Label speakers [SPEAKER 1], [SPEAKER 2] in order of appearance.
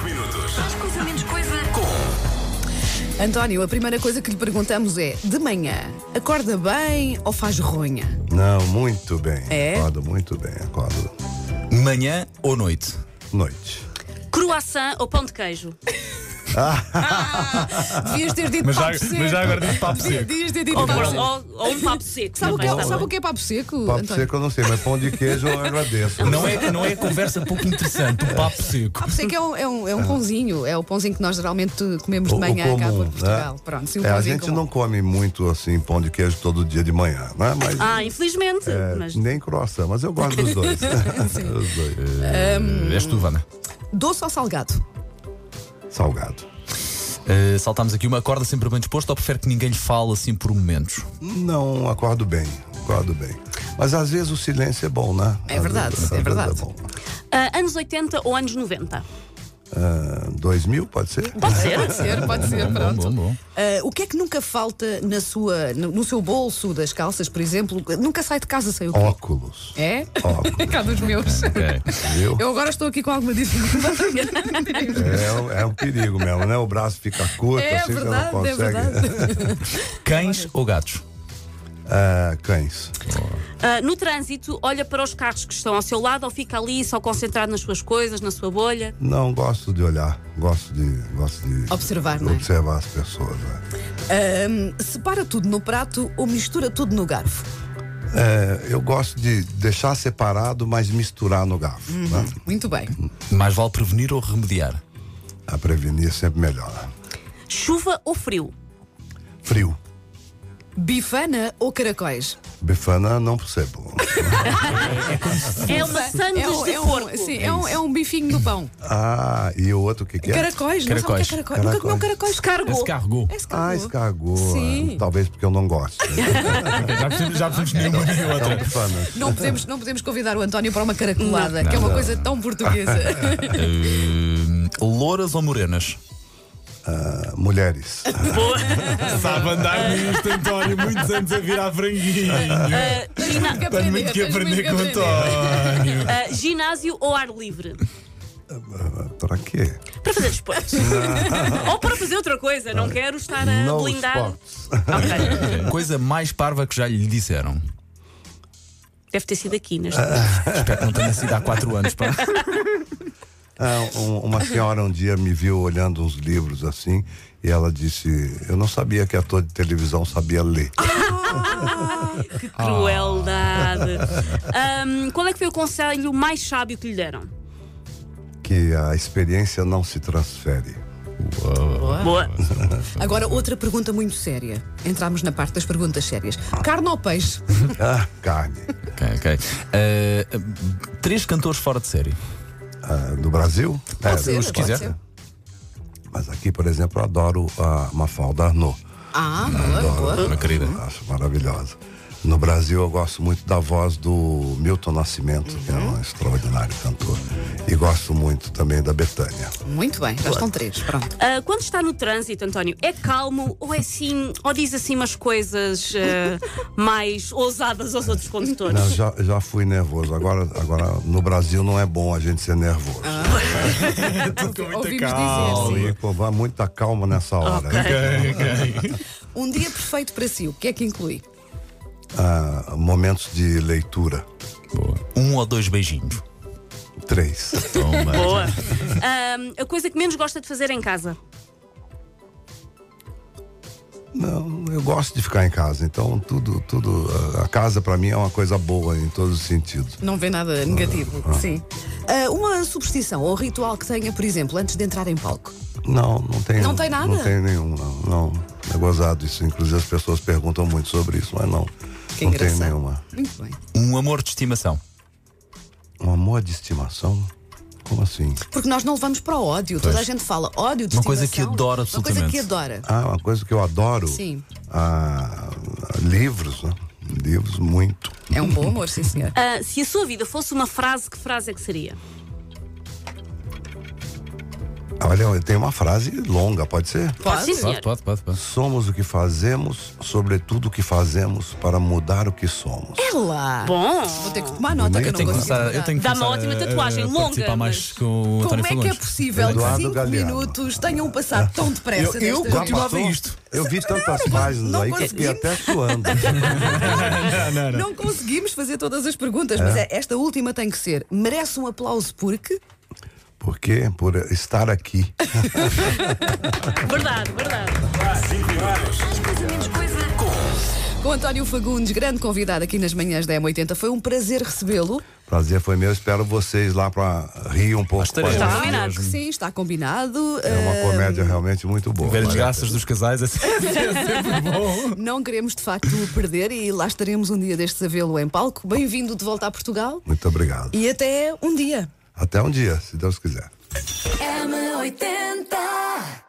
[SPEAKER 1] Mais coisa, menos coisa.
[SPEAKER 2] António, a primeira coisa que lhe perguntamos é: de manhã, acorda bem ou faz ronha?
[SPEAKER 3] Não, muito bem.
[SPEAKER 2] É?
[SPEAKER 3] Acordo muito bem, acordo.
[SPEAKER 4] Manhã ou noite?
[SPEAKER 3] Noite.
[SPEAKER 1] Croissant ou pão de queijo?
[SPEAKER 2] Devias ter dito
[SPEAKER 5] Mas já,
[SPEAKER 2] papo seco.
[SPEAKER 5] mas já agora digo papo
[SPEAKER 2] Devias-
[SPEAKER 5] seco.
[SPEAKER 2] Devias ter dito
[SPEAKER 1] ou,
[SPEAKER 2] papo
[SPEAKER 1] ou-
[SPEAKER 2] seco.
[SPEAKER 1] ou- ou um papo seco?
[SPEAKER 2] Sabe o, que
[SPEAKER 1] também
[SPEAKER 2] é,
[SPEAKER 1] está
[SPEAKER 2] sabe o
[SPEAKER 1] bom.
[SPEAKER 2] que é papo seco?
[SPEAKER 3] Papo
[SPEAKER 2] António?
[SPEAKER 3] seco eu não sei, mas pão de queijo eu agradeço.
[SPEAKER 4] Não é, não é conversa pouco interessante, o papo seco.
[SPEAKER 2] Papo seco é um, é, um, é
[SPEAKER 5] Ah.
[SPEAKER 2] um pãozinho, é o pãozinho que nós geralmente comemos de
[SPEAKER 3] O- o
[SPEAKER 2] manhã cá
[SPEAKER 3] comum,
[SPEAKER 2] por Portugal.
[SPEAKER 3] né?
[SPEAKER 2] Pronto, sim, um
[SPEAKER 3] É, a
[SPEAKER 2] pãozinho
[SPEAKER 3] gente
[SPEAKER 2] comum.
[SPEAKER 3] não come muito assim pão de queijo todo dia de manhã, né? Mas
[SPEAKER 1] Ah, infelizmente.
[SPEAKER 3] é,
[SPEAKER 1] mas
[SPEAKER 3] nem croissant, mas eu gosto dos dois. Os dois.
[SPEAKER 4] Hum, És tu, Vana.
[SPEAKER 2] Doce ou salgado?
[SPEAKER 3] Salgado.
[SPEAKER 4] Eh, saltámos aqui uma acorda sempre bem disposto ou prefere que ninguém lhe fale assim por momentos?
[SPEAKER 3] Não acordo bem, acordo bem. Mas às vezes o silêncio é bom, né?
[SPEAKER 2] É
[SPEAKER 3] Às
[SPEAKER 2] verdade, é
[SPEAKER 3] vezes- às vezes
[SPEAKER 2] verdade.
[SPEAKER 3] bom.
[SPEAKER 1] ah, anos 80 ou anos 90?
[SPEAKER 3] Ah, 2000, pode ser?
[SPEAKER 1] Pode ser.
[SPEAKER 2] Pode ser, pode
[SPEAKER 3] É
[SPEAKER 2] ser,
[SPEAKER 4] Bom,
[SPEAKER 2] pronto.
[SPEAKER 4] bom, bom.
[SPEAKER 2] Ah, o que é que nunca falta na sua, no, no seu bolso das calças, por exemplo? Nunca sai de casa sem o quê?
[SPEAKER 3] Oh. Óculos.
[SPEAKER 2] É?
[SPEAKER 3] Óculos.
[SPEAKER 2] Cá dos meus.
[SPEAKER 4] Ok.
[SPEAKER 3] Viu?
[SPEAKER 2] Eu agora estou aqui com alguma dificuldade.
[SPEAKER 3] É, um- é um perigo mesmo, né? O braço fica curto,
[SPEAKER 2] É
[SPEAKER 3] assim
[SPEAKER 2] verdade,
[SPEAKER 3] que não
[SPEAKER 2] é
[SPEAKER 3] consegue.
[SPEAKER 2] verdade.
[SPEAKER 4] Cães ou gatos?
[SPEAKER 3] Ah, cães.
[SPEAKER 1] Ah, no trânsito, olha para os carros que estão ao seu lado ou fica ali só concentrado nas suas coisas, na sua bolha?
[SPEAKER 3] Não gosto de olhar, gosto de. Gosto de
[SPEAKER 2] Observar, não é?
[SPEAKER 3] observar as pessoas. né?
[SPEAKER 2] Hum, Separa tudo no prato ou mistura tudo no garfo?
[SPEAKER 3] É, eu gosto de deixar separado, mas misturar no garfo.
[SPEAKER 2] Uhum.
[SPEAKER 3] Né?
[SPEAKER 2] Muito bem.
[SPEAKER 4] Mais vale prevenir ou remediar?
[SPEAKER 3] A prevenir é sempre melhora.
[SPEAKER 1] Chuva ou frio?
[SPEAKER 3] Frio.
[SPEAKER 2] Bifana ou caracóis?
[SPEAKER 3] Bifana não percebo.
[SPEAKER 1] É uma sandes
[SPEAKER 2] É um,
[SPEAKER 1] de
[SPEAKER 2] é um-
[SPEAKER 1] porco.
[SPEAKER 2] sim, é um- é um bifinho no pão.
[SPEAKER 3] ah, e o outro que que é?
[SPEAKER 2] Caracóis, não sabe o que é
[SPEAKER 4] Caracóis.
[SPEAKER 2] caracóis? Nunca comeu caracóis?
[SPEAKER 1] Escargot.
[SPEAKER 4] Descargou.
[SPEAKER 2] É escargot.
[SPEAKER 3] Ah, escargou.
[SPEAKER 2] Sim.
[SPEAKER 3] Talvez porque eu não gosto. né?
[SPEAKER 5] Ok, já percebemos, já percebemos nenhuma nem
[SPEAKER 3] Então,
[SPEAKER 5] outra.
[SPEAKER 3] bifana.
[SPEAKER 2] Não podemos, não podemos convidar o António para uma caracolada, que é uma coisa tão portuguesa.
[SPEAKER 4] Hum, louras ou morenas?
[SPEAKER 3] Ah, mulheres.
[SPEAKER 5] Sabe andar neste António, muitos anos a virar franguinho.
[SPEAKER 1] Ah, gina-
[SPEAKER 2] Tem
[SPEAKER 5] Eh, Tenho muito que
[SPEAKER 2] tens
[SPEAKER 5] aprender com o
[SPEAKER 2] aprender.
[SPEAKER 5] António.
[SPEAKER 1] ah, ginásio ou ar livre?
[SPEAKER 3] Ah, Pra quê?
[SPEAKER 1] Para fazer desportos. ou para fazer outra coisa. Não quero estar a
[SPEAKER 3] No
[SPEAKER 1] blindar.
[SPEAKER 3] sports.
[SPEAKER 1] Ok.
[SPEAKER 4] Coisa mais parva que já lhe disseram.
[SPEAKER 1] Deve ter sido aqui neste.
[SPEAKER 4] Espero que não tenha sido há 4 anos. Pá.
[SPEAKER 3] Ah, um- uma senhora um dia me viu olhando uns livros assim e ela disse: Eu não sabia que ator de televisão sabia ler.
[SPEAKER 1] Que crueldade. Ahm, qual é que foi o conselho mais sábio que lhe deram?
[SPEAKER 3] Que a experiência não se transfere.
[SPEAKER 1] Boa.
[SPEAKER 2] Agora, outra pergunta muito séria. Entramos na parte das perguntas sérias. Carne ou peixe?
[SPEAKER 3] Ah, carne.
[SPEAKER 4] Ok, ok. Uh, três cantores fora de série.
[SPEAKER 3] Ah, no Brasil? É,
[SPEAKER 2] ser,
[SPEAKER 4] os que
[SPEAKER 2] pode
[SPEAKER 4] quiser.
[SPEAKER 2] ser.
[SPEAKER 3] Mas aqui, por exemplo, eu adoro a Mafalda Arnaud.
[SPEAKER 2] Ah, boa, boa.
[SPEAKER 4] Minha querida.
[SPEAKER 3] Acho maravilhosa. No Brasil, eu gosto muito da voz do Milton Nascimento, que é um extraordinário cantor. E gosto muito também da Betânia.
[SPEAKER 2] Muito bem, já estão três. Pronto.
[SPEAKER 1] Ah, quando está no trânsito, António, é calmo ou é assim, ou diz assim umas coisas ah, mais ousadas aos outros condutores?
[SPEAKER 3] Não, já, já fui nervoso. Agora, agora, no Brasil, não é bom a gente ser nervoso.
[SPEAKER 5] Tudo com muita
[SPEAKER 2] Ouvimos
[SPEAKER 5] calma.
[SPEAKER 2] dizer, sim.
[SPEAKER 3] Vá muita calma nessa hora.
[SPEAKER 5] Ok, ok.
[SPEAKER 2] Um dia perfeito para si, o que é que inclui?
[SPEAKER 3] Ah, momentos de leitura.
[SPEAKER 4] Boa. Um ou dois beijinhos.
[SPEAKER 3] Três.
[SPEAKER 4] Toma.
[SPEAKER 1] Boa. Ahm, a coisa que menos gosta de fazer em casa?
[SPEAKER 3] Não, eu gosto de ficar em casa, então tudo, tudo. ah, A casa pra mim é uma coisa boa em todos os sentidos.
[SPEAKER 2] Não vê nada negativo, sim. Ah, uma superstição ou ritual que tenha, por exemplo, antes de entrar em palco.
[SPEAKER 3] Não, não tem.
[SPEAKER 2] Não tem nada?
[SPEAKER 3] Não tem nenhum, não. não. É gozado isso. Inclusive as pessoas perguntam muito sobre isso, mas não.
[SPEAKER 2] Que
[SPEAKER 3] não
[SPEAKER 2] engraçado.
[SPEAKER 3] tem nenhuma.
[SPEAKER 2] Muito bem.
[SPEAKER 4] Um amor de estimação.
[SPEAKER 3] Um amor de estimação? Como assim?
[SPEAKER 2] Porque nós não levamos para o ódio. Toda a gente fala ódio de
[SPEAKER 4] Uma coisa
[SPEAKER 2] estimação.
[SPEAKER 4] que adora
[SPEAKER 2] Uma coisa
[SPEAKER 4] absolutamente.
[SPEAKER 2] que adora.
[SPEAKER 3] Ah, uma coisa que eu adoro.
[SPEAKER 2] Sim.
[SPEAKER 3] Ah, livros, né? Livros muito.
[SPEAKER 2] É um bom amor, sim, senhor.
[SPEAKER 1] Ah, se a sua vida fosse uma frase, que frase é que seria?
[SPEAKER 3] Ah, Olha, tem uma frase longa, pode ser?
[SPEAKER 1] Pode, sim,
[SPEAKER 4] Pode,
[SPEAKER 1] senhor.
[SPEAKER 4] pode, pode. pode.
[SPEAKER 3] Somos o que fazemos, sobretudo o que fazemos para mudar o que somos.
[SPEAKER 2] Ela!
[SPEAKER 1] Bom.
[SPEAKER 2] Vou ter que tomar nota que eu não
[SPEAKER 3] Eu
[SPEAKER 4] Eu tenho
[SPEAKER 2] consigo
[SPEAKER 4] que começar, eu
[SPEAKER 2] guardar.
[SPEAKER 4] tenho que
[SPEAKER 1] Dá uma
[SPEAKER 4] começar
[SPEAKER 1] ótima
[SPEAKER 4] a-
[SPEAKER 1] tatuagem,
[SPEAKER 4] a
[SPEAKER 1] longa,
[SPEAKER 4] participar mais
[SPEAKER 1] mas-
[SPEAKER 4] com o
[SPEAKER 2] Como
[SPEAKER 4] António
[SPEAKER 2] é que é
[SPEAKER 4] Fagundes.
[SPEAKER 2] possível
[SPEAKER 3] Eduardo
[SPEAKER 2] que 5
[SPEAKER 3] Galeano.
[SPEAKER 2] minutos tenham passado tão depressa?
[SPEAKER 5] Eu- eu
[SPEAKER 2] desta vez?
[SPEAKER 5] continuava
[SPEAKER 3] passou?
[SPEAKER 5] isto.
[SPEAKER 3] Eu vi tantas páginas
[SPEAKER 2] é não
[SPEAKER 3] aí que eu fiquei
[SPEAKER 2] conseguimos.
[SPEAKER 3] até suando.
[SPEAKER 5] não, não.
[SPEAKER 2] Não conseguimos fazer todas as perguntas, mas é, esta última tem que ser. Merece um aplauso porque.
[SPEAKER 3] Por quê? Por estar aqui.
[SPEAKER 1] é Verdade, verdade.
[SPEAKER 2] Com António Fagundes, grande convidado aqui nas manhãs da M80, foi um prazer recebê-lo.
[SPEAKER 3] Prazer foi meu. Espero vocês lá para rir um pouco.
[SPEAKER 4] estaremos.
[SPEAKER 3] com
[SPEAKER 1] Tá
[SPEAKER 3] a gente.
[SPEAKER 1] combinado.
[SPEAKER 2] Claro Ah, que sim, está combinado.
[SPEAKER 3] É uma
[SPEAKER 2] Ah,
[SPEAKER 3] comédia realmente muito boa.
[SPEAKER 4] Ver as
[SPEAKER 3] vale a
[SPEAKER 4] graças dos casais é sempre é sempre bom.
[SPEAKER 2] Ah, não queremos de facto o perder e lá estaremos um dia destes a vê-lo em palco. Bem-vindo de volta a Portugal
[SPEAKER 3] Muito obrigado.
[SPEAKER 2] e até um dia.
[SPEAKER 3] Até um dia, se Deus quiser.
[SPEAKER 6] M80.